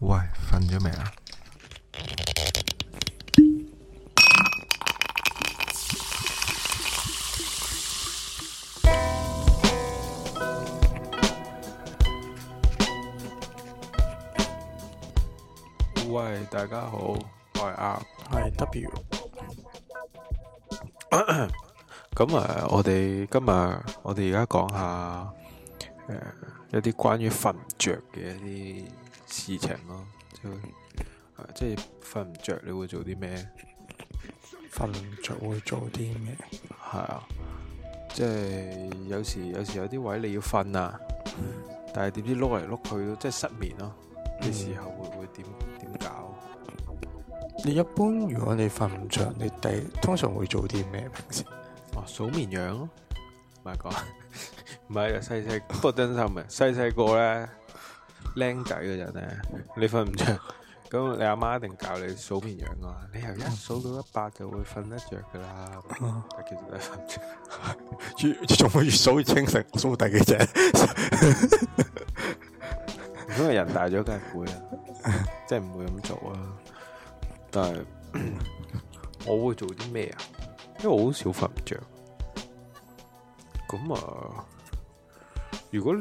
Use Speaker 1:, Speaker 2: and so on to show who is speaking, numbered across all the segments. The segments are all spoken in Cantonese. Speaker 1: 喂，瞓咗未啊？喂，大家好，我係阿。
Speaker 2: 係 W，
Speaker 1: 咁誒、呃我哋今日我哋而家講下誒、呃一啲關於瞓唔着嘅一啲事情咯，即係呃即係瞓唔着，你會做啲咩？
Speaker 2: 瞓唔着會做啲咩？
Speaker 1: 係啊，即係有時有時有啲位你要瞓啊，但係點知碌嚟碌去都即係失眠咯。嘅時候會會點點搞？
Speaker 2: 你一般如果你瞓唔着，你第通常會做啲咩？平時
Speaker 1: 哦，數綿羊咯，唔係講， 唔係啊，細細不過真心嘅，細細個咧，僆仔嗰陣咧，你瞓唔着，咁你阿媽一定教你數綿羊啊，你由一數到一百就會瞓得着噶啦，但其實你瞓唔着，
Speaker 2: 越仲會越數越清醒，我數第幾隻？
Speaker 1: 因為人大咗梗係會啦， 即係唔會咁做啦。但係我會做啲咩啊？因為我好少瞓唔着。咁啊，如果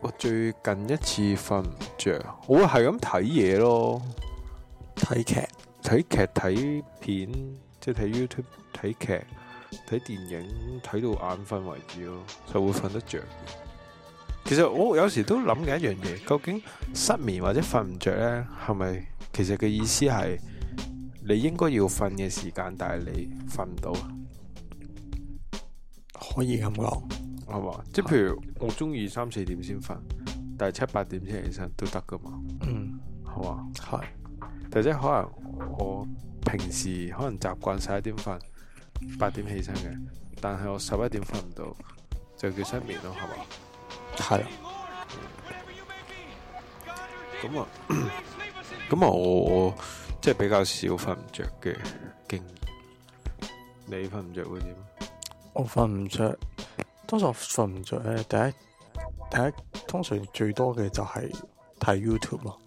Speaker 1: 我最近一次瞓唔着，我會係咁睇嘢咯，
Speaker 2: 睇劇
Speaker 1: 睇劇睇片，即係睇 YouTube 睇劇睇電影，睇到眼瞓為止咯，就會瞓得着。其實我有時都諗嘅一樣嘢，究竟失眠或者瞓唔着呢，係咪其實嘅意思係你應該要瞓嘅時間，但係你瞓唔到，
Speaker 2: 可以咁講，
Speaker 1: 係嘛？啊即係譬如我中意三四點先瞓，但係七八點先起身都得噶嘛，
Speaker 2: 嗯
Speaker 1: 係嘛？
Speaker 2: 係
Speaker 1: 但係即係可能我平時可能習慣十一點瞓，八點起身嘅，但係我十一點瞓唔到，就叫失眠咯，係嘛？
Speaker 2: 係啦，
Speaker 1: 咁啊， 咁啊，我我即係比較少瞓唔着嘅經驗。你瞓唔着會點？啊
Speaker 2: 我瞓唔着，通常瞓唔着咧，第一第一通常最多嘅就係睇 YouTube 咯，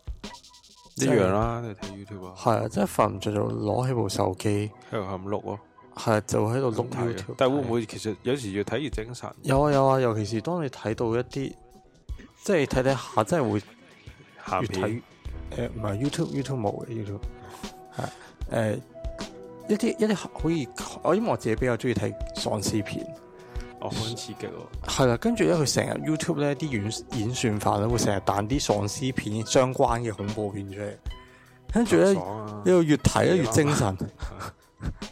Speaker 1: 一樣啦，你睇 YouTube 啊，
Speaker 2: 係啊，即係瞓唔着就攞起部手機，
Speaker 1: 喺度咁碌咯，
Speaker 2: 係就喺度碌
Speaker 1: 咁睇
Speaker 2: YouTube
Speaker 1: 啊。。但係會
Speaker 2: 睇
Speaker 1: 唔會其實有時越睇越精神，
Speaker 2: 有啊有啊，尤其是當你睇到一啲，即係睇睇下，真係會
Speaker 1: 鹹
Speaker 2: 越睇
Speaker 1: 片
Speaker 2: 誒唔係 YouTube YouTube 冇嘅 YouTube 係誒一啲一啲可以，我因為我自己比較中意睇喪屍片，
Speaker 1: 哦，好撚刺激喎！
Speaker 2: 係啦，跟住咧佢成日 YouTube 咧啲演演算法咧會成日彈啲喪屍片相關嘅恐怖片出嚟，跟住咧
Speaker 1: 爽啊！
Speaker 2: 你會越睇咧越精 神，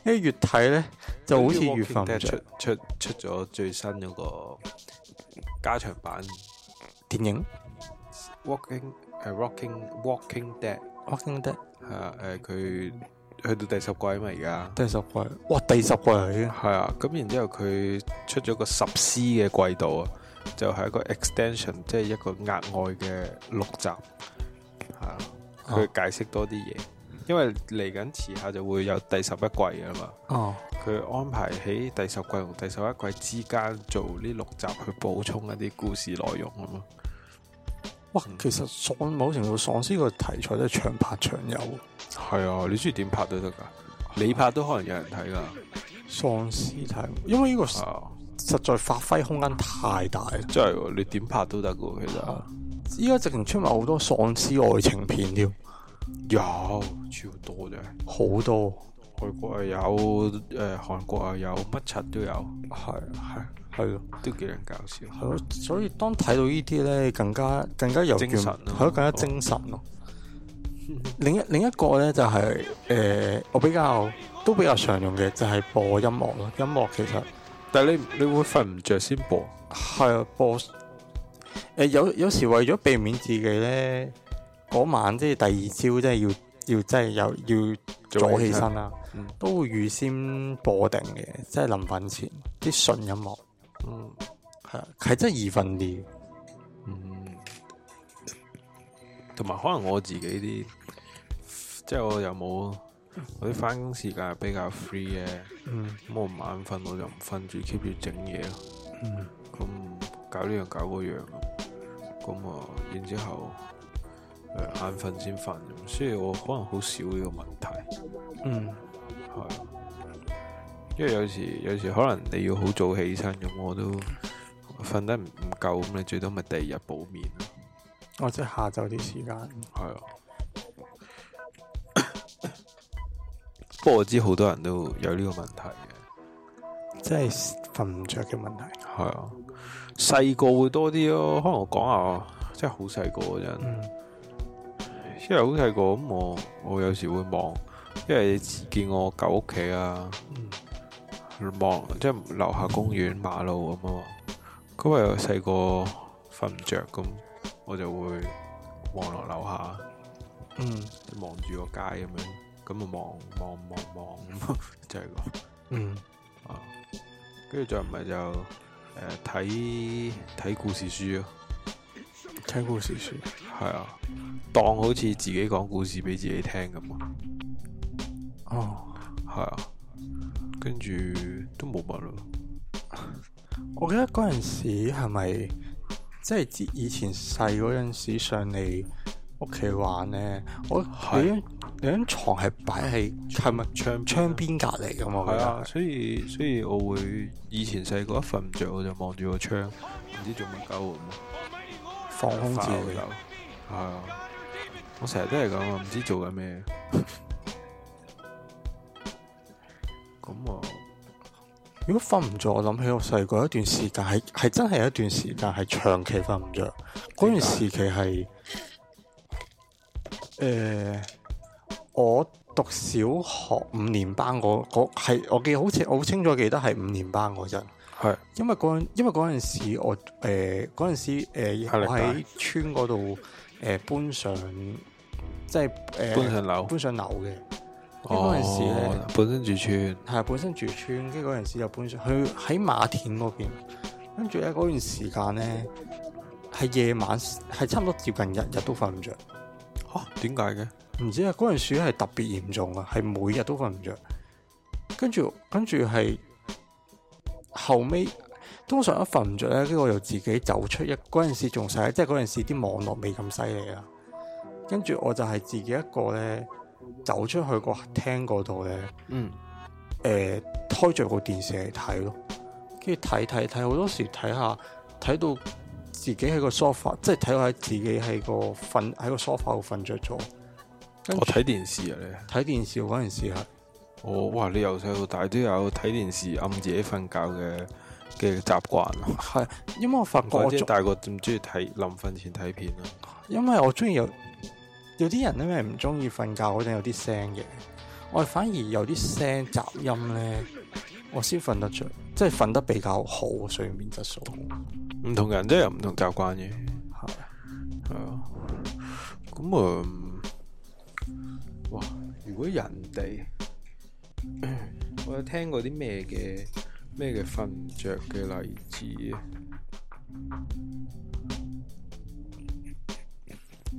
Speaker 2: 因為越睇咧就好似越瞓
Speaker 1: Walking
Speaker 2: 唔
Speaker 1: Dead
Speaker 2: 着。
Speaker 1: 出出出咗最新嗰個加長版
Speaker 2: 電影
Speaker 1: Walking 誒 Walking Walking Dead
Speaker 2: 《Walking Dead》
Speaker 1: 係啊誒，佢去到第十季啊嘛而家。
Speaker 2: 第十季，哇第十季啦已經。
Speaker 1: 係啊，咁然之後佢出咗個十 C 嘅季度啊，就係、一個 extension，即係一個額外嘅六集，係啊，佢
Speaker 2: 哦
Speaker 1: 解釋多啲嘢，因為嚟緊遲下就會有第十一季啊嘛，
Speaker 2: 哦，
Speaker 1: 佢安排喺第十季同第十一季之間做呢六集去補充一啲故事內容啊嘛，
Speaker 2: 哇！其實喪某程度喪屍個題材都係長拍長有，
Speaker 1: 係啊，你中意點拍都得㗎，你拍都可能有人睇㗎，
Speaker 2: 喪屍題，因為呢個
Speaker 1: 啊，
Speaker 2: 實在發揮空間太大啦。
Speaker 1: 真係喎你點拍都得㗎喎，其實
Speaker 2: 依家直情出埋好多喪屍愛情片添，
Speaker 1: 有超哦多啫。
Speaker 2: 好多
Speaker 1: 外國又啊有，呃誒、韓國又啊有，乜柒都有，
Speaker 2: 係係係咯
Speaker 1: 都幾人搞笑。
Speaker 2: 係咯，所以當睇到呢啲咧，更加更加有
Speaker 1: 精神啊咯
Speaker 2: 係咯，更加精神咯。另一另一個咧就係、呃我比較都比較常用嘅就係播音樂咯。音樂其實
Speaker 1: 但係你你會瞓唔着先播，
Speaker 2: 係啊，播誒、有有時為咗避免自己咧嗰晚即係第二朝，即係要要即係有要早起身啦，
Speaker 1: 嗯
Speaker 2: 都會預先播定嘅，即係臨瞓前啲純音樂
Speaker 1: 嗯
Speaker 2: 係啊，係真係易瞓啲。
Speaker 1: 嗯，同埋可能我自己啲，即係我又冇我啲翻工時間係比較 free 嘅，
Speaker 2: 嗯
Speaker 1: 咁我唔眼瞓我就唔瞓住 keep 住整嘢咯。
Speaker 2: 嗯，
Speaker 1: 咁搞呢樣搞嗰樣咁，咁啊，然之後誒眼瞓先瞓咁，所以我可能好少呢個問題，
Speaker 2: 嗯，
Speaker 1: 係，啊因為有時有時可能你要好早起身咁，我都瞓得唔唔夠咁，你最多咪第二日補眠咯，
Speaker 2: 我即係下晝啲時間，
Speaker 1: 係啊。 不過我知好多人都有呢個問題嘅，
Speaker 2: 即係瞓唔着嘅問題。
Speaker 1: 係啊，細個會多啲咯，可能我講下，即係好細個嗰陣。
Speaker 2: 嗯
Speaker 1: 因為好細個咁，我我有時會望，因為見我舊屋企啊，
Speaker 2: 嗯
Speaker 1: 望即係樓下公園、馬路咁啊嘛。咁我又細個瞓唔着咁，我就會望落樓下，
Speaker 2: 嗯
Speaker 1: 望住個街咁樣，咁啊望望望望咁，啊 就係咁
Speaker 2: 嗯，
Speaker 1: 啊。跟住再唔係就誒睇睇故事書咯，
Speaker 2: 睇故事書，
Speaker 1: 係啊，當好似自己講故事俾自己聽咁啊。
Speaker 2: 哦。
Speaker 1: 系啊，跟住都冇乜咯。
Speaker 2: 我記得嗰陣時係咪即係之以前細嗰陣時上嚟屋企玩咧，我
Speaker 1: 係
Speaker 2: 你張你張床係擺喺係咪
Speaker 1: 窗
Speaker 2: 窗邊隔離噶嘛？我
Speaker 1: 係
Speaker 2: 記得
Speaker 1: 啊，所以所以我會以前細個一瞓唔着，我就望住個窗，唔知做乜鳩咁，
Speaker 2: 放空自
Speaker 1: 發吽
Speaker 2: 己
Speaker 1: 哣。係啊，我成日都係咁啊，唔知做緊咩。 咁啊，
Speaker 2: 如果瞓唔着，我諗起我細個一段時間係係真係有一段時間係長期瞓唔着。嗰段時期係誒、我讀小學五年班嗰嗰係我記好似我好清楚記得係五年班嗰陣。
Speaker 1: 係
Speaker 2: 因為嗰陣因為嗰陣時我誒嗰陣時誒、
Speaker 1: 壓力大
Speaker 2: 我喺村嗰度誒搬上即係誒、
Speaker 1: 搬上樓，
Speaker 2: 搬上樓嘅，因為嗰陣時咧
Speaker 1: 哦本身住村，
Speaker 2: 係本身住村，跟住嗰陣時就搬上去喺馬田嗰邊，跟住咧嗰段時間咧係夜晚係差唔多接近日日都瞓唔着。哦
Speaker 1: 嚇點解嘅？
Speaker 2: 唔知啊，嗰陣時係特別嚴重啊，係每日都瞓唔着。跟住跟住係後尾，通常一瞓唔着咧，跟住我又自己走出一嗰陣時仲細，即係嗰陣時啲網絡未咁犀利啊。跟住我就係自己一個咧，走出去個廳嗰度咧，
Speaker 1: 嗯，
Speaker 2: 誒、開着個電視嚟睇咯，跟住睇睇睇，好多時睇下睇到自己喺個 sofa，即係睇下自己喺個瞓喺個 sofa 度瞓着咗。跟
Speaker 1: 我
Speaker 2: 住
Speaker 1: 睇電視啊你。
Speaker 2: 睇電視嗰陣時啊係，
Speaker 1: 我哇！你由細到大都有睇電視暗自己瞓覺嘅嘅習慣啊。
Speaker 2: 係因哦為我發覺
Speaker 1: 或
Speaker 2: 我
Speaker 1: 者
Speaker 2: 中，
Speaker 1: 大個唔中意睇臨瞓前睇片啦，
Speaker 2: 因為我中意有有啲人咧唔中意瞓覺嗰陣有啲聲嘅，我係反而有啲聲雜音咧，我先瞓得着，即係瞓得比較好睡眠質素。
Speaker 1: 唔同人都有唔同習慣嘅，
Speaker 2: 係
Speaker 1: 係啊。咁啊、嗯哇！如果人哋，我有聽過啲咩嘅咩嘅瞓唔着嘅例子啊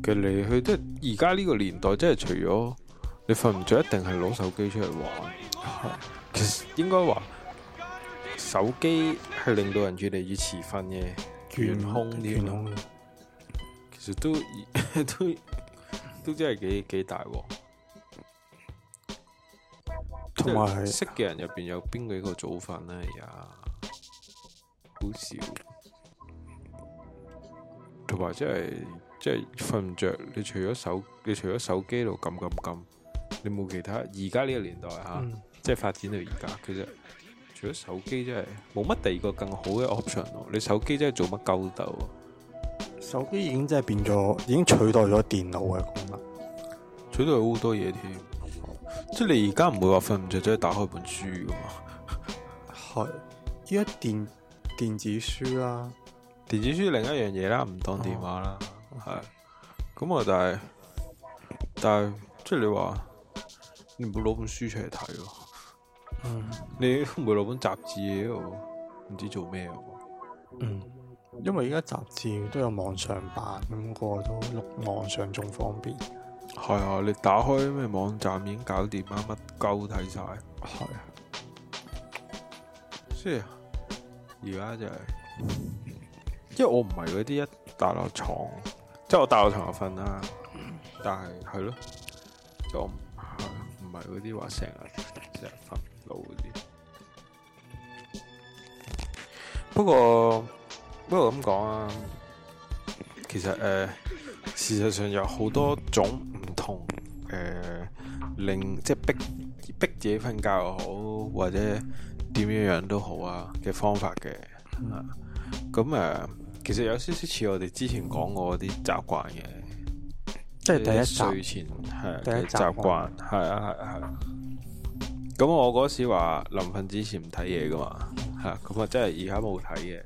Speaker 1: 嘅嚟去，即係而家呢個年代，即係除咗你瞓唔着，一定係攞手機出嚟玩。
Speaker 2: 係
Speaker 1: 其實應該話手機係令到人越嚟越遲瞓嘅，懸空添
Speaker 2: 懸空啊
Speaker 1: 其實都 都都真係幾幾大鑊。
Speaker 2: 同埋係
Speaker 1: 即係識嘅人入邊有邊幾個早瞓呢？而家好少，同埋即係即係瞓唔着。你除咗手，你除咗手機度撳撳撳，你冇其他。而家呢個年代嚇。
Speaker 2: 嗯
Speaker 1: 即係發展到而家，其實除咗手機，真係冇乜第二個更好嘅 option 咯。你手機真係做乜鳩鬥啊？
Speaker 2: 手機已經真係變咗，已經取代咗電腦嘅功能。
Speaker 1: 取代好多嘢添，即係你而家唔會話瞓唔着，走去打開本啊書噶嘛？
Speaker 2: 係依家電電子書啦，
Speaker 1: 電子書另一樣嘢啦，唔當電話啦，係咁我但係但係即係你話你唔會攞本書出嚟睇咯，
Speaker 2: 嗯
Speaker 1: 你都唔會攞本雜誌喺度唔知做咩喎。
Speaker 2: 嗯，因為依家雜誌都有網上版，咁個個都錄網上仲方便。
Speaker 1: 係啊，你打開咩網站已經搞掂啦，乜鳩睇晒。
Speaker 2: 係。
Speaker 1: 所以而家就係，因為我唔係嗰啲一大落床，即係我大落床就瞓啦。但係係咯，即係我唔係唔係嗰啲話成日成日瞓唔到嗰啲。不過不過咁講啊，其實誒、呃事實上有好多種唔同誒、呃令即係逼逼自己瞓覺又好，或者點樣樣都好啊嘅方法嘅。
Speaker 2: 嗯
Speaker 1: 啊咁誒、呃其實有少少似我哋之前講過嗰啲習慣嘅。
Speaker 2: 即係第一集
Speaker 1: 睡前係
Speaker 2: 第一
Speaker 1: 嘅
Speaker 2: 集
Speaker 1: 習慣，係啊係啊係啊。咁我嗰時話臨瞓之前唔睇嘢噶嘛，係啊咁啊真係而家冇睇嘅，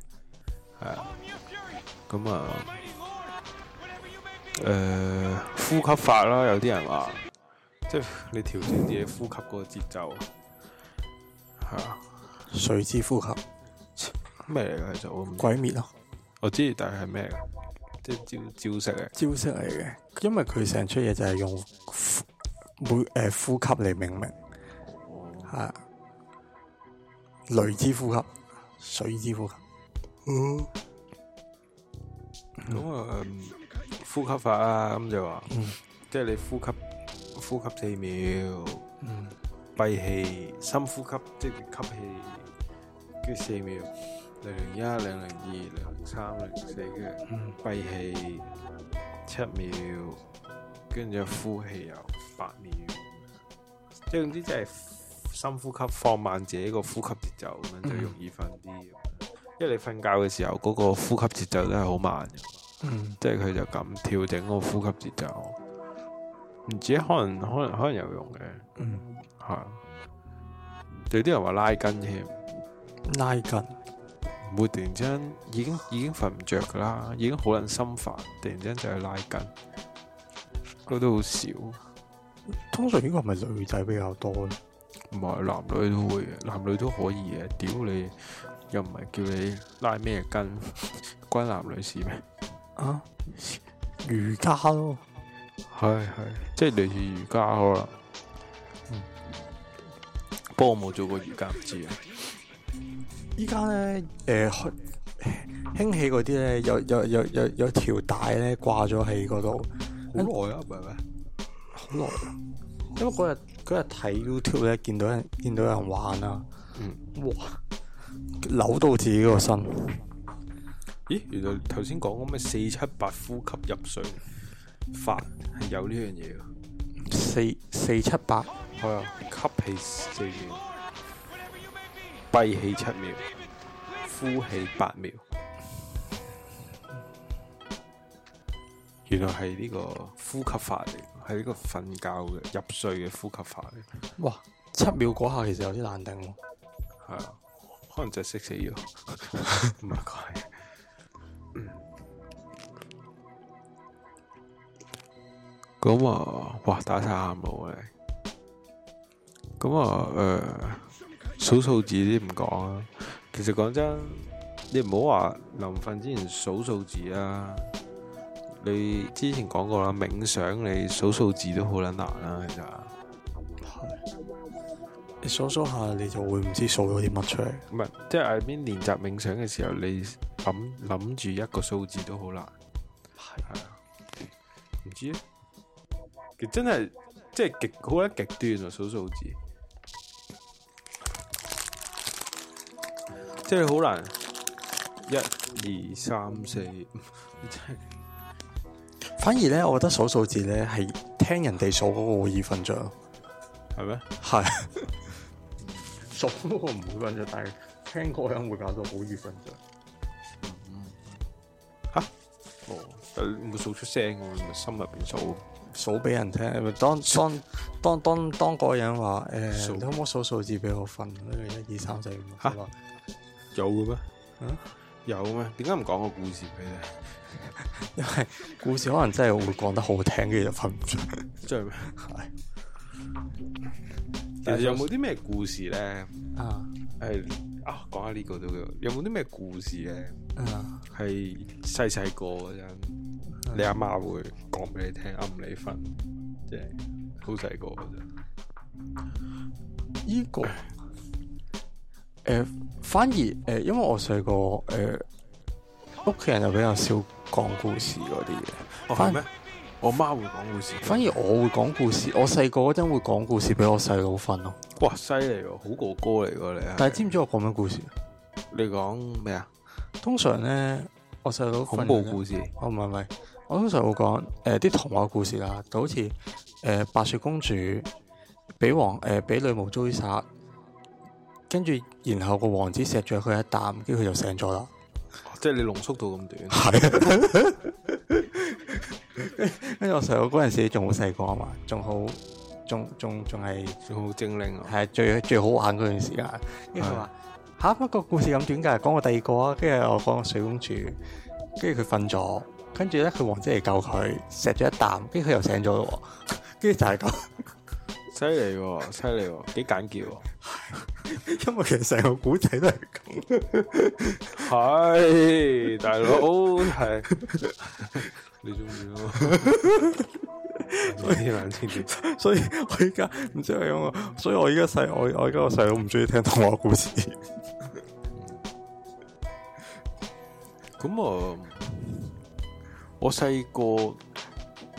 Speaker 1: 係啊。咁啊，誒、呼吸法啦，有啲人話，即係你調整自己呼吸嗰個節奏，係啊，
Speaker 2: 垂直呼吸，
Speaker 1: 咩嚟嘅其實我唔知
Speaker 2: 鬼滅咯，
Speaker 1: 我知，但係係咩㗎？即係招招式嚟。
Speaker 2: 招式嚟嘅。因為佢成出嘢就係用呼每诶、呼吸嚟命名，系、啊、雷之呼吸、水之呼吸。嗯
Speaker 1: 咁啊、嗯呼吸法啊，咁就話，
Speaker 2: 嗯
Speaker 1: 即係你呼吸呼吸四秒，
Speaker 2: 嗯，
Speaker 1: 閉氣，深呼吸，即係吸氣，跟住四秒，零零一、零零二、零零三、零零四，跟住
Speaker 2: 嗯
Speaker 1: 閉氣七秒，跟住就呼氣又八秒，即係總之即係深呼吸，放慢自己個呼吸節奏咁樣
Speaker 2: 嗯
Speaker 1: 就容易瞓啲。因為你瞓覺嘅時候嗰、個呼吸節奏都係好慢嘅。
Speaker 2: 嗯，
Speaker 1: 即係佢就咁調整個呼吸節奏，唔知可能可能可能有用嘅，
Speaker 2: 嗯，
Speaker 1: 係啊有啲人話拉筋添，
Speaker 2: 拉筋，
Speaker 1: 會突然之間已經已經瞓唔着噶啦，已經好撚心煩，突然之間就去拉筋，嗰都好少，唔
Speaker 2: 通常呢個係咪女仔比較多咧？
Speaker 1: 係男女都會嘅，男女都可以嘅，屌你又唔係叫你拉咩筋， 關男女事咩？
Speaker 2: 啊，瑜伽咯，
Speaker 1: 係係，即係類似瑜伽可能。
Speaker 2: 嗯
Speaker 1: 不過我冇做過瑜伽，唔知啊。
Speaker 2: 依家咧诶開興起嗰啲咧，有有有有有條帶咧掛咗喺嗰度。
Speaker 1: 好耐啊，唔係咩？
Speaker 2: 好耐啊啦，因為嗰日嗰日睇 YouTube 咧，見到人見到有人玩啊，
Speaker 1: 嗯，
Speaker 2: 哇，扭到自己個身，
Speaker 1: 咦，原來頭先講咁嘅四七八呼吸入睡法係有呢樣嘢㗎。
Speaker 2: 四四七八，
Speaker 1: 係啊，吸氣四秒，閉氣七秒，呼氣八秒。原來係呢個呼吸法嚟，係呢個瞓覺嘅入睡嘅呼吸法嚟。
Speaker 2: 哇，七秒嗰下其實有啲難頂喎，
Speaker 1: 係啊，可能就係識死咗，唔係佢。嗯咁啊，哇！打晒喊路啊你。咁啊，誒、數數字啲唔講啊。其實講真，你唔好話臨瞓之前數數字啊。你之前講過啦，冥想你數數字都好撚難啦、其實。
Speaker 2: 係，你數數下你就會唔知數咗啲乜出嚟，
Speaker 1: 唔係，即係 I m 練習冥想嘅時候，你諗諗住一個數字都好難，
Speaker 2: 係
Speaker 1: 係啊，唔知咧，其實真係即係極好得極端啊，數數字，即係好難，一、二、三、四，你真係
Speaker 2: 反而咧，我覺得數數字咧係聽人哋數嗰個會易瞓着咯，
Speaker 1: 係咩？
Speaker 2: 係， 數嗰個唔會瞓着，但係聽嗰個人會搞到好易瞓着。
Speaker 1: 哦，但係你冇數出聲喎，你咪心入邊數，
Speaker 2: 數俾人聽，咪當當當當當嗰個人話誒、
Speaker 1: 數
Speaker 2: 你可唔可以數數字俾我瞓？啊呢個一二三四五六七
Speaker 1: 嚇
Speaker 2: 八，
Speaker 1: 有嘅咩？
Speaker 2: 嗯
Speaker 1: 有咩？點解唔講個故事俾你？
Speaker 2: 因為故事可能真係會講得好聽，跟住就瞓唔着。
Speaker 1: 真係咩？其
Speaker 2: 但
Speaker 1: 實
Speaker 2: 係
Speaker 1: 有冇啲咩故事咧？
Speaker 2: 啊
Speaker 1: 係啊，講下呢個都幾好有冇啲咩故事咧？
Speaker 2: 啊
Speaker 1: 係細細個嗰陣，你阿媽會講俾你聽，暗你瞓，即係好細個嗰陣。
Speaker 2: 依、個誒、反而誒、因為我細個誒屋企人就比較少講故事嗰啲嘢，
Speaker 1: 哦，
Speaker 2: 反
Speaker 1: 係咩？我媽會講故事，
Speaker 2: 反而我會講故事，我細個嗰陣會講故事俾我細佬瞓咯。
Speaker 1: 哇犀利喎，好哥哥嚟喎你係。
Speaker 2: 但係知唔知我講咩故事？
Speaker 1: 你講咩啊？
Speaker 2: 通常咧，我細佬
Speaker 1: 恐怖
Speaker 2: 事，
Speaker 1: 故事
Speaker 2: 哦唔係唔係，我通常會講呃誒啲童話故事啦，就好似誒、呃白雪公主俾王誒俾、女巫追殺，跟住然後個王子錫咗佢一啖，跟住佢就醒咗啦。
Speaker 1: 哦即係你濃縮到咁短。
Speaker 2: 係啊， 跟住我細佬嗰陣時仲好細個啊嘛，仲好仲仲仲係。
Speaker 1: 仲好精靈啊！
Speaker 2: 係最最好玩嗰段時間。跟住佢話吓乜個故事咁短㗎？講個第二個啊！跟住我講個水公主，跟住佢瞓咗，跟住咧佢王子嚟救佢，錫咗一啖，跟住佢又醒咗咯喎。跟住就係咁，
Speaker 1: 犀利喎，犀利喎，幾簡潔喎。
Speaker 2: 因為其實成個古仔都係咁。
Speaker 1: 係大佬係，你中意咯？天冷天熱，
Speaker 2: 所以我而家唔知係咁啊，所以我而家細我我而家個細佬唔中意聽童話故事。
Speaker 1: 咁我我細個，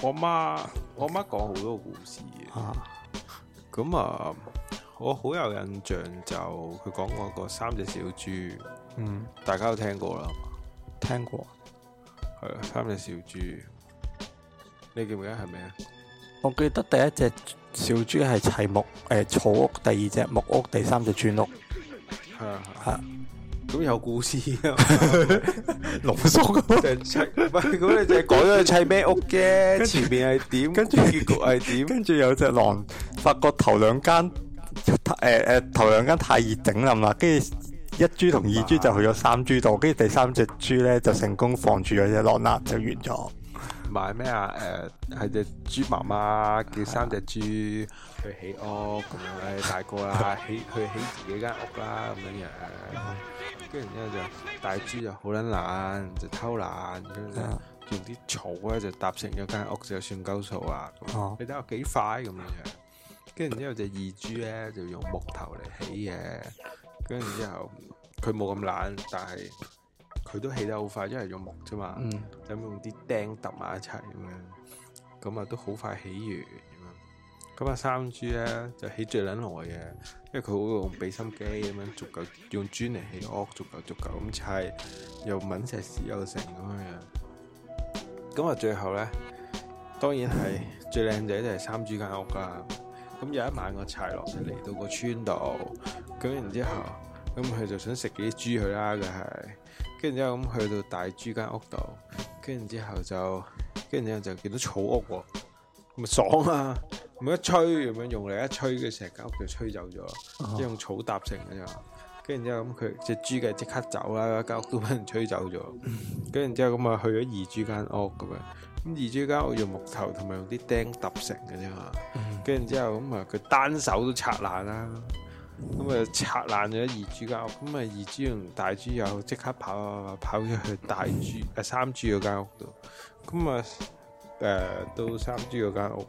Speaker 1: 我媽我媽講好多故事嘅。
Speaker 2: 啊
Speaker 1: 咁啊，我好有印象就佢講過個三隻小豬，
Speaker 2: 嗯，
Speaker 1: 大家都聽過啦，
Speaker 2: 聽過。
Speaker 1: 係啊，三隻小豬，你記唔記得係咩啊？
Speaker 2: 我記得第一隻小豬係砌木誒、呃草屋，第二隻木屋，第三隻磚屋，
Speaker 1: 係啊，係
Speaker 2: 係
Speaker 1: 啊咁有故事啊！
Speaker 2: 濃縮啊咁。
Speaker 1: 就砌， 唔係咁你就係改咗佢砌咩屋啫？前面係點？
Speaker 2: 跟住
Speaker 1: 結局係點？
Speaker 2: 跟住有隻狼，發覺頭兩間誒誒頭兩間太熱整冧啦，跟住一豬同二豬就去咗三豬度，跟住第三隻豬咧就成功放住咗只狼啦，就完咗。
Speaker 1: 買咩啊？誒係只豬媽媽叫三隻豬去起屋咁樣咧，大個啦，起去起自己間屋啦咁樣 À, 樣。跟住然之後就大豬就好撚懶，就偷懶，跟住
Speaker 2: 啊
Speaker 1: 就用啲草咧就搭成咗間屋就算鳩數啦。咁
Speaker 2: 哦
Speaker 1: 你睇我幾快咁樣樣。跟住然之後隻二豬咧就用木頭嚟起嘅，跟住之後佢冇咁懶，但係佢都起得好快，因為用木啫嘛。
Speaker 2: 嗯，
Speaker 1: 咁用啲釘揼埋一齊咁樣，咁啊都好快起完咁樣。咁啊三 G 咧就起最撚耐嘅，因為佢好用比心機咁樣逐嚿用磚嚟起屋，逐嚿逐嚿咁砌，又揾石屎又成咁樣樣。咁啊最後咧，當然係最靚仔就係三 G 間屋啦。咁有一晚我砌落就嚟到個村度，咁然之後咁佢就想食幾啲豬佢啦，佢係。跟住之後咁去到大豬間屋度，跟住之後就，跟住之後就見到草屋喎，咪爽啊！咁一吹咁樣用力一吹，佢成間屋就吹走咗，即係用草搭成嘅咋。跟住之後咁佢只豬嘅即刻走啦，間屋都俾人吹走咗。跟住之後咁啊去咗二豬間屋咁樣，咁二豬間屋用木頭同埋用啲釘揼成嘅啫嘛。跟住之後咁啊，佢單手都拆爛啦，咁啊拆爛咗二豬間屋，咁啊二豬同大豬又即刻跑跑跑跑咗去大豬誒三豬嗰間屋度，咁啊誒到三豬嗰間屋，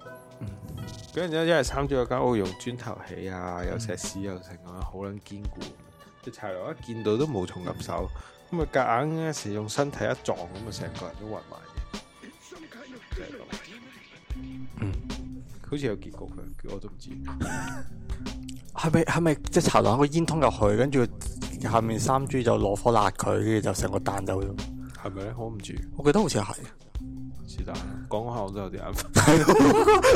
Speaker 1: 跟住之後因為三豬嗰間屋用磚頭起啊，有石屎又成啊，好撚堅固，啲豺狼一見到都無從入手，咁啊夾硬嗰時用身體一撞，咁啊成個人都暈埋嘅，就係咁。嗯好似有結局嘅，我都唔知。
Speaker 2: 係咪係咪即係巢狼個煙通入去，跟住下面三豬就攞火辣佢，跟住就成個彈走咗。
Speaker 1: 係咪咧？我唔知，
Speaker 2: 我記得好似係，
Speaker 1: 是但啦講講下我都有啲眼瞓，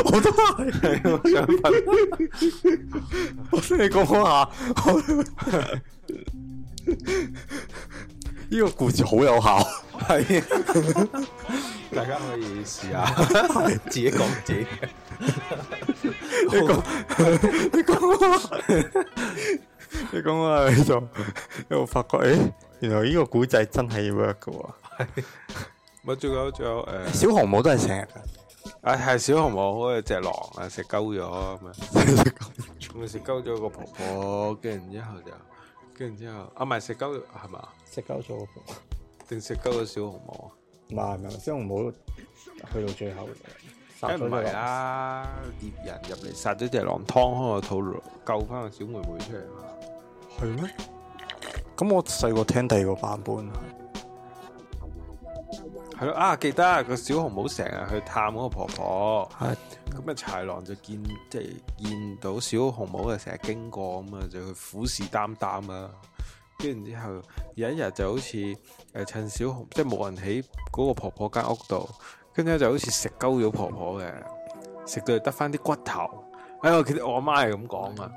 Speaker 2: 我都係，
Speaker 1: 我想瞓。
Speaker 2: 我聽你講講下。我呢個故事好有效。
Speaker 1: 係啊， 大家可以試下， 自己講自己嘅。
Speaker 2: 你講，你講你講啊，你就你又發覺，誒，原來呢個古仔真係 work 噶喎。
Speaker 1: 咪仲有仲有誒，
Speaker 2: 小紅帽都係成 日
Speaker 1: 啊呃係小紅帽嗰只狼啊，食鳩咗咁樣，
Speaker 2: 㗎，
Speaker 1: 咁啊食鳩咗個婆婆，跟住然之後就，跟住之後啊唔係食鳩係嘛？
Speaker 2: 食鳩咗個波。
Speaker 1: 定食鳩咗小紅帽啊？
Speaker 2: 唔係唔係，小紅帽去到最後殺
Speaker 1: 梗唔係
Speaker 2: 啦。
Speaker 1: 啦，獵人入嚟殺咗只狼，劏開個肚，救翻個小妹妹出嚟嘛。
Speaker 2: 係咩？啊咁我細個聽第二個版本係
Speaker 1: 係咯啊，記得個小紅帽成日去探嗰個婆婆，
Speaker 2: 係
Speaker 1: 咁啊豺狼就見即係見到小紅帽啊，成日經過咁啊，就去虎視眈眈啊。跟住然之後有一日就好似誒、呃趁小紅即係冇人喺嗰個婆婆間屋度，跟住咧就好似食鳩咗婆婆嘅，食到得翻啲骨頭。哎，我記得我阿媽係咁講啊。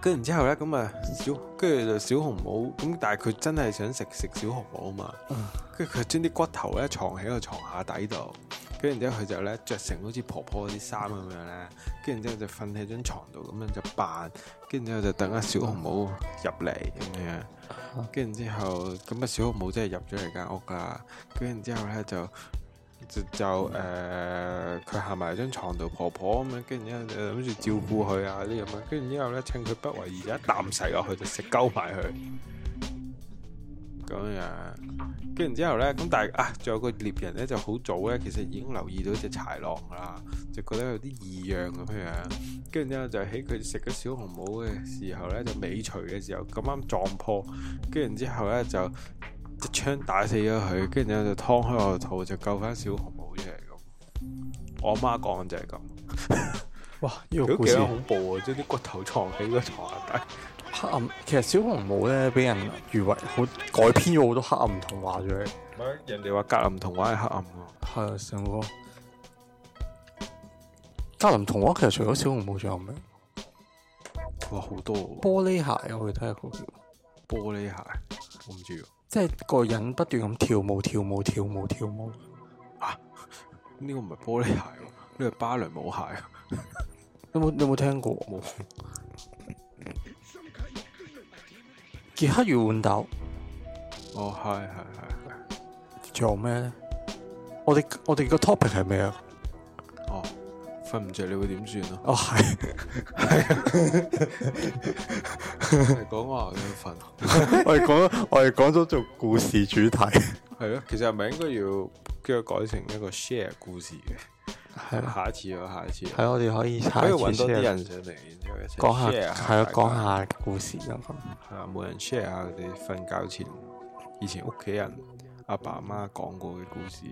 Speaker 1: 跟住然之後咧，咁啊小跟住就小紅帽咁，但係佢真係想食食小紅帽啊嘛。跟住佢將啲骨頭咧藏喺個床下底度，跟住然之後佢就咧着成好似婆婆嗰啲衫咁樣咧，跟住然之後就瞓喺張床度咁樣就扮，跟住然之後就等阿小紅帽入嚟咁樣，跟住然之後咁啊小紅帽真係入咗嚟間屋啦，跟住然之後咧就。就就誒，呃佢行埋張床度婆婆咁樣，跟住然之後就諗住照顧佢啊啲咁樣，跟住之後咧趁佢不為意，一啖食落去就食鳩埋佢，咁樣。跟住之後咧，咁但係啊，仲有個獵人咧就好早咧，其實已經留意到只豺狼㗎啦，就覺得有啲異樣咁樣。跟住之後就喺佢食咗小紅帽嘅時候咧，就尾隨嘅時候咁啱撞破，跟住之後咧就一槍打死咗佢，跟住之後就劏開我個肚，就救翻小紅帽出嚟咁。我阿媽講就係咁，
Speaker 2: 哇！呢、個
Speaker 1: 都
Speaker 2: 故
Speaker 1: 幾
Speaker 2: 事
Speaker 1: 恐怖啊！將啲骨頭藏喺個床下底。
Speaker 2: 黑暗，其實小紅帽咧俾人譽為好改編咗好多黑暗童話出嚟，
Speaker 1: 人哋話格林童話係黑暗喎。
Speaker 2: 係啊成個格林童話其實除咗小紅帽仲有咩？
Speaker 1: 哇，好多喎
Speaker 2: 玻璃鞋啊我哋睇下嗰叫，
Speaker 1: 玻璃鞋，我唔知喎。
Speaker 2: 即係個人不斷咁跳舞跳舞跳舞跳舞，
Speaker 1: 呢個唔係玻璃鞋喎，呢個係芭蕾舞鞋喎。
Speaker 2: 你有冇你有冇聽過？
Speaker 1: 冇。
Speaker 2: 傑克與豌豆
Speaker 1: 哦，係係係
Speaker 2: 仲有咩咧？我哋我哋個 topic 係咩啊？
Speaker 1: 係。哦，瞓唔着你會點算啊
Speaker 2: ？哦係，
Speaker 1: 係講話你去瞓，
Speaker 2: 我哋講我哋講咗做故事主題，
Speaker 1: 係咯。其實係咪應該要叫佢改成一個 share 故事嘅？
Speaker 2: 係啦，
Speaker 1: 下一次啊，下一次啊。
Speaker 2: 係我哋可以下
Speaker 1: 可以
Speaker 2: 一次
Speaker 1: 揾多啲
Speaker 2: share
Speaker 1: 人上嚟，然之後一齊
Speaker 2: 講
Speaker 1: share
Speaker 2: 下係啊，
Speaker 1: 大家
Speaker 2: 講下故事咁。
Speaker 1: 係啊，每人 share 下佢哋瞓覺前以前屋企人阿爸阿媽講過嘅故事，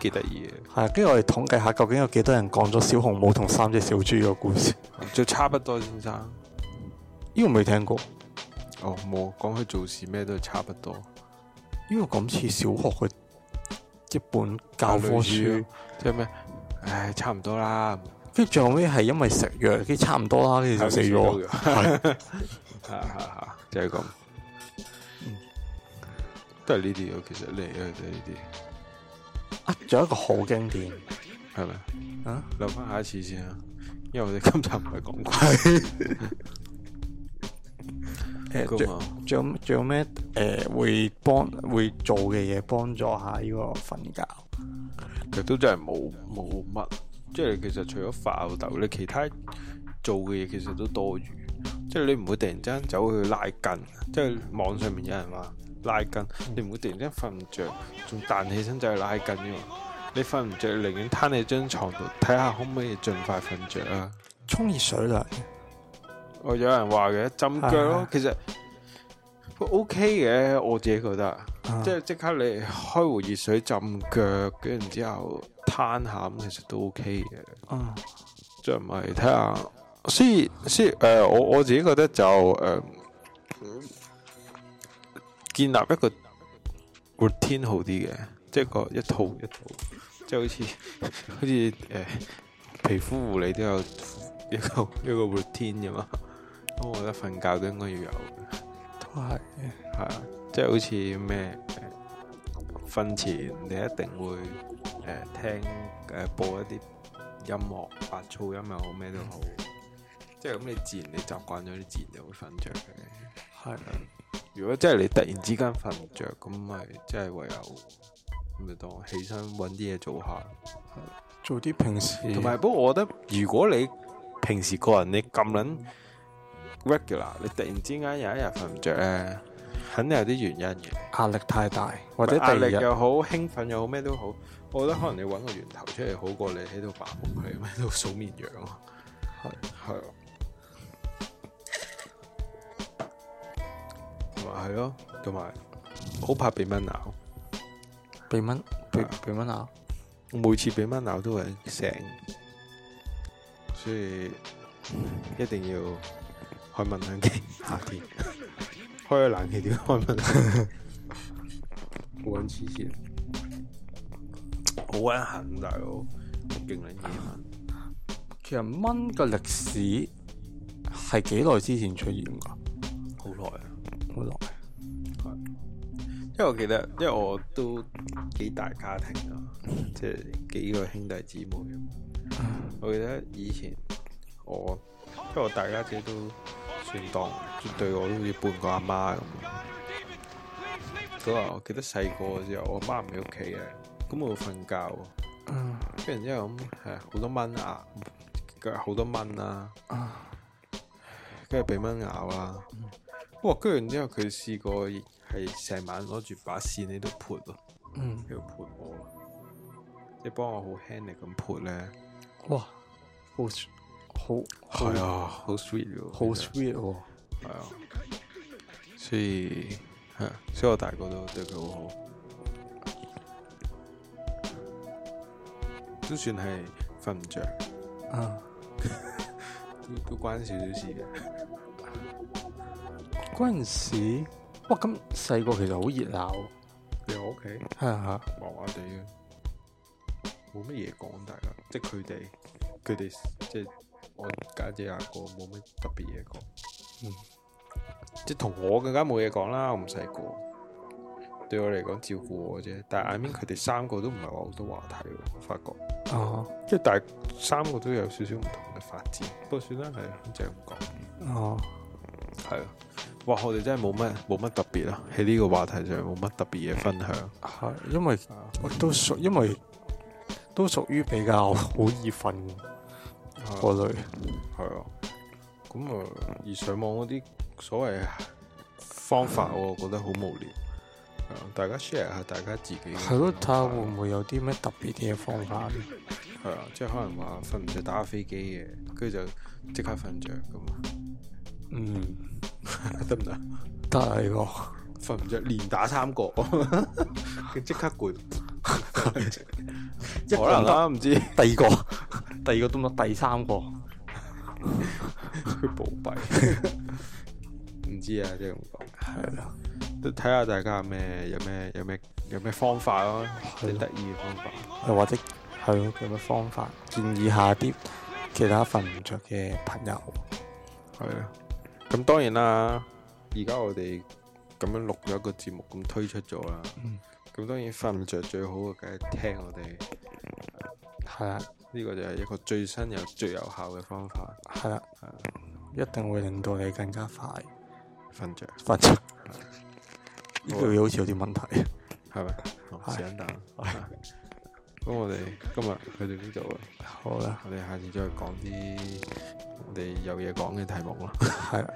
Speaker 1: 幾得意嘅。
Speaker 2: 係啊，跟住我哋統計下究竟有幾多人講咗小紅帽同三隻小豬嘅 故事？
Speaker 1: 就差不多先生，
Speaker 2: 呢個未聽過，
Speaker 1: 哦冇講佢做事咩都係差不多，
Speaker 2: 呢個咁似小學嘅一本教科書，
Speaker 1: 即係咩？唉，差唔多啦，
Speaker 2: 跟住最後尾係因為食藥，跟住差唔多啦，跟住就死 咗。係
Speaker 1: 吓吓吓，就係咁，嗯都係呢啲嘅，其實嚟嘅都係呢
Speaker 2: 啊，仲有一個好經典
Speaker 1: 啲，係咪？
Speaker 2: 啊！
Speaker 1: 留翻下一次先啊，因為我哋今集唔係講鬼
Speaker 2: 誒，
Speaker 1: 噶嘛
Speaker 2: 仲，仲有仲有咩誒會幫會做嘅嘢幫助下呢個瞓覺？
Speaker 1: 其實都真係冇冇乜，即係其實除咗發吽豆，你其他做嘅嘢其實都多餘，即係你唔會突然之間走去拉筋，即係網上面有人話拉筋，你唔會突然之間瞓唔着，仲彈起身就去拉筋嘅嘛，你瞓唔着，寧願攤喺張床度睇下可唔可以盡快瞓着啊！
Speaker 2: 沖熱水涼，
Speaker 1: 哦，有人話嘅浸腳
Speaker 2: 係
Speaker 1: 咯
Speaker 2: 係，
Speaker 1: 其實不過 OK 嘅，我自己覺得，
Speaker 2: 啊
Speaker 1: 即係即刻你開壺熱水浸腳，跟住然之後攤下咁，其實都 OK 嘅。
Speaker 2: 啊
Speaker 1: 即係唔係睇下，所以所以誒、呃我我自己覺得就誒、呃建立一個 routine 好啲嘅，即係個一套一套，即係好似 好似誒、呃皮膚護理都有一個一個 routine 噶嘛，咁我覺得瞓覺都應該要有嘅。
Speaker 2: 都係
Speaker 1: 係啊，即係好似咩誒瞓前你一定會誒、呃、聽誒、呃播一啲音樂，白噪音又好咩都好，即係咁你自然你習慣咗，你自然就會瞓着嘅。
Speaker 2: 係。
Speaker 1: 如果真係你突然之間瞓唔着，咁咪真係唯有咪當起身揾啲嘢做下。
Speaker 2: 做啲平時
Speaker 1: 同埋，不過我覺得如果你平時個人你咁撚 regular，你突然之間有一日瞓唔着咧，肯定有啲原因嘅。
Speaker 2: 壓力太大，
Speaker 1: 或
Speaker 2: 或者第
Speaker 1: 壓
Speaker 2: 二
Speaker 1: 力
Speaker 2: 日
Speaker 1: 又好，興奮又好，咩都好，我覺得可能你揾個源頭出嚟好過你喺度扮夢佢，喺度數綿羊啊。
Speaker 2: 係
Speaker 1: 係啊，啊同埋係咯，同埋好怕被蚊咬。
Speaker 2: 被蚊被
Speaker 1: 係啊
Speaker 2: 被蚊咬，
Speaker 1: 我每次俾蚊咬都係醒，所以一定要開蚊香機。夏天開咗冷氣點開蚊香機？好撚黐線，好撚痕大佬，勁撚夜蚊。
Speaker 2: 其實蚊嘅歷史係幾耐之前出現㗎？
Speaker 1: 好耐啊！
Speaker 2: 好耐。
Speaker 1: 因為我記得，因為我都幾大家庭啊，即係幾個兄弟姊妹咁。我記得以前我，因為我大家姐都算當對我都好似半個阿媽咁。嗰日我記得細個嘅時候，我阿媽唔喺屋企嘅，咁我瞓覺喎，
Speaker 2: 嗯
Speaker 1: 跟住然之後咁係好多蚊啊，腳好多蚊啊，
Speaker 2: 啊
Speaker 1: 跟住俾蚊咬啊。哇！跟住然之後佢試過係成晚攞住把扇喺度潑咯。
Speaker 2: 嗯，
Speaker 1: 喺度潑我啦，即係幫我好輕力咁潑咧。
Speaker 2: 哇，好 s- 好好
Speaker 1: 啊，好 sweet 喎，
Speaker 2: 好
Speaker 1: 其實
Speaker 2: sweet 喎、
Speaker 1: 係啊，所以係啊，所以我大個都對佢好好，都算係瞓唔着，
Speaker 2: 啊！
Speaker 1: 都都關少少事嘅。
Speaker 2: 嗰陣時，哇咁細個其實好熱鬧，
Speaker 1: 你我屋企
Speaker 2: 係啊
Speaker 1: 麻麻地嘅，冇乜嘢講，大家即係佢哋，佢哋即係我家姐阿哥冇乜特別嘢講，
Speaker 2: 嗯
Speaker 1: 即係同我更加冇嘢講啦，我唔細個，對我嚟講照顧我啫，但係 I mean 佢哋三個都唔係話好多話題喎，我發覺，
Speaker 2: 嚇哦
Speaker 1: 即係但係三個都有少少唔同嘅發展，不過算啦，係就係咁講。
Speaker 2: 哦，
Speaker 1: 係啊，哇！我哋真係冇乜冇乜特別啦，喺呢個話題上冇乜特別嘢分享。
Speaker 2: 係因為我都屬因為都屬於比 較好易瞓
Speaker 1: 啊
Speaker 2: 嗰類，
Speaker 1: 係啊，咁啊，而上網嗰啲所謂方法，我覺得好無聊。係啊大家 share 下大家自己嘅
Speaker 2: 係咯，睇下
Speaker 1: 方
Speaker 2: 會
Speaker 1: 法
Speaker 2: 唔會有啲咩特別嘅方法？
Speaker 1: 係啊，即係可能話瞓唔着打下飛機嘅，跟住就即刻瞓着咁啊，
Speaker 2: 嗯，
Speaker 1: 得唔得？
Speaker 2: 得啊呢個，
Speaker 1: 瞓唔着連打三個，佢 即刻 攰。
Speaker 2: 一個
Speaker 1: 可能
Speaker 2: 人
Speaker 1: 啦，唔知
Speaker 2: 得第二個， 第二個都唔得，第三個
Speaker 1: 佢暴斃， 唔知啊，即係咁講。
Speaker 2: 係啦，
Speaker 1: 都睇下大家有咩有咩有咩有咩方法咯，
Speaker 2: 咯
Speaker 1: 啲得意嘅方法。
Speaker 2: 又或者係咯，有咩方法建議下啲其他瞓唔着嘅朋友？
Speaker 1: 系啊，咁當然啦，而家我哋咁樣錄咗一個節目，咁推出咗啦。咁、當然瞓唔着最好嘅，梗係聽我哋。
Speaker 2: 係啦。
Speaker 1: 呢、個就係一個最新又最有效嘅方法，
Speaker 2: 系啦，一定會令到你更加快
Speaker 1: 瞓着
Speaker 2: 瞓着。呢句嘢好似有啲問題。
Speaker 1: 係咪？好
Speaker 2: 係
Speaker 1: 時間到啦。啊咁我哋今日去到呢度啦，
Speaker 2: 好啊啦，
Speaker 1: 我哋下次再講啲我哋有嘢講嘅題目啦，
Speaker 2: 係啦，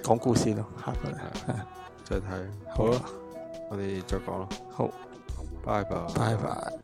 Speaker 2: 講故事咯，下個禮
Speaker 1: 再睇。
Speaker 2: 好啦，啊
Speaker 1: 我哋再講啦，
Speaker 2: 好，
Speaker 1: 拜拜。
Speaker 2: 拜拜。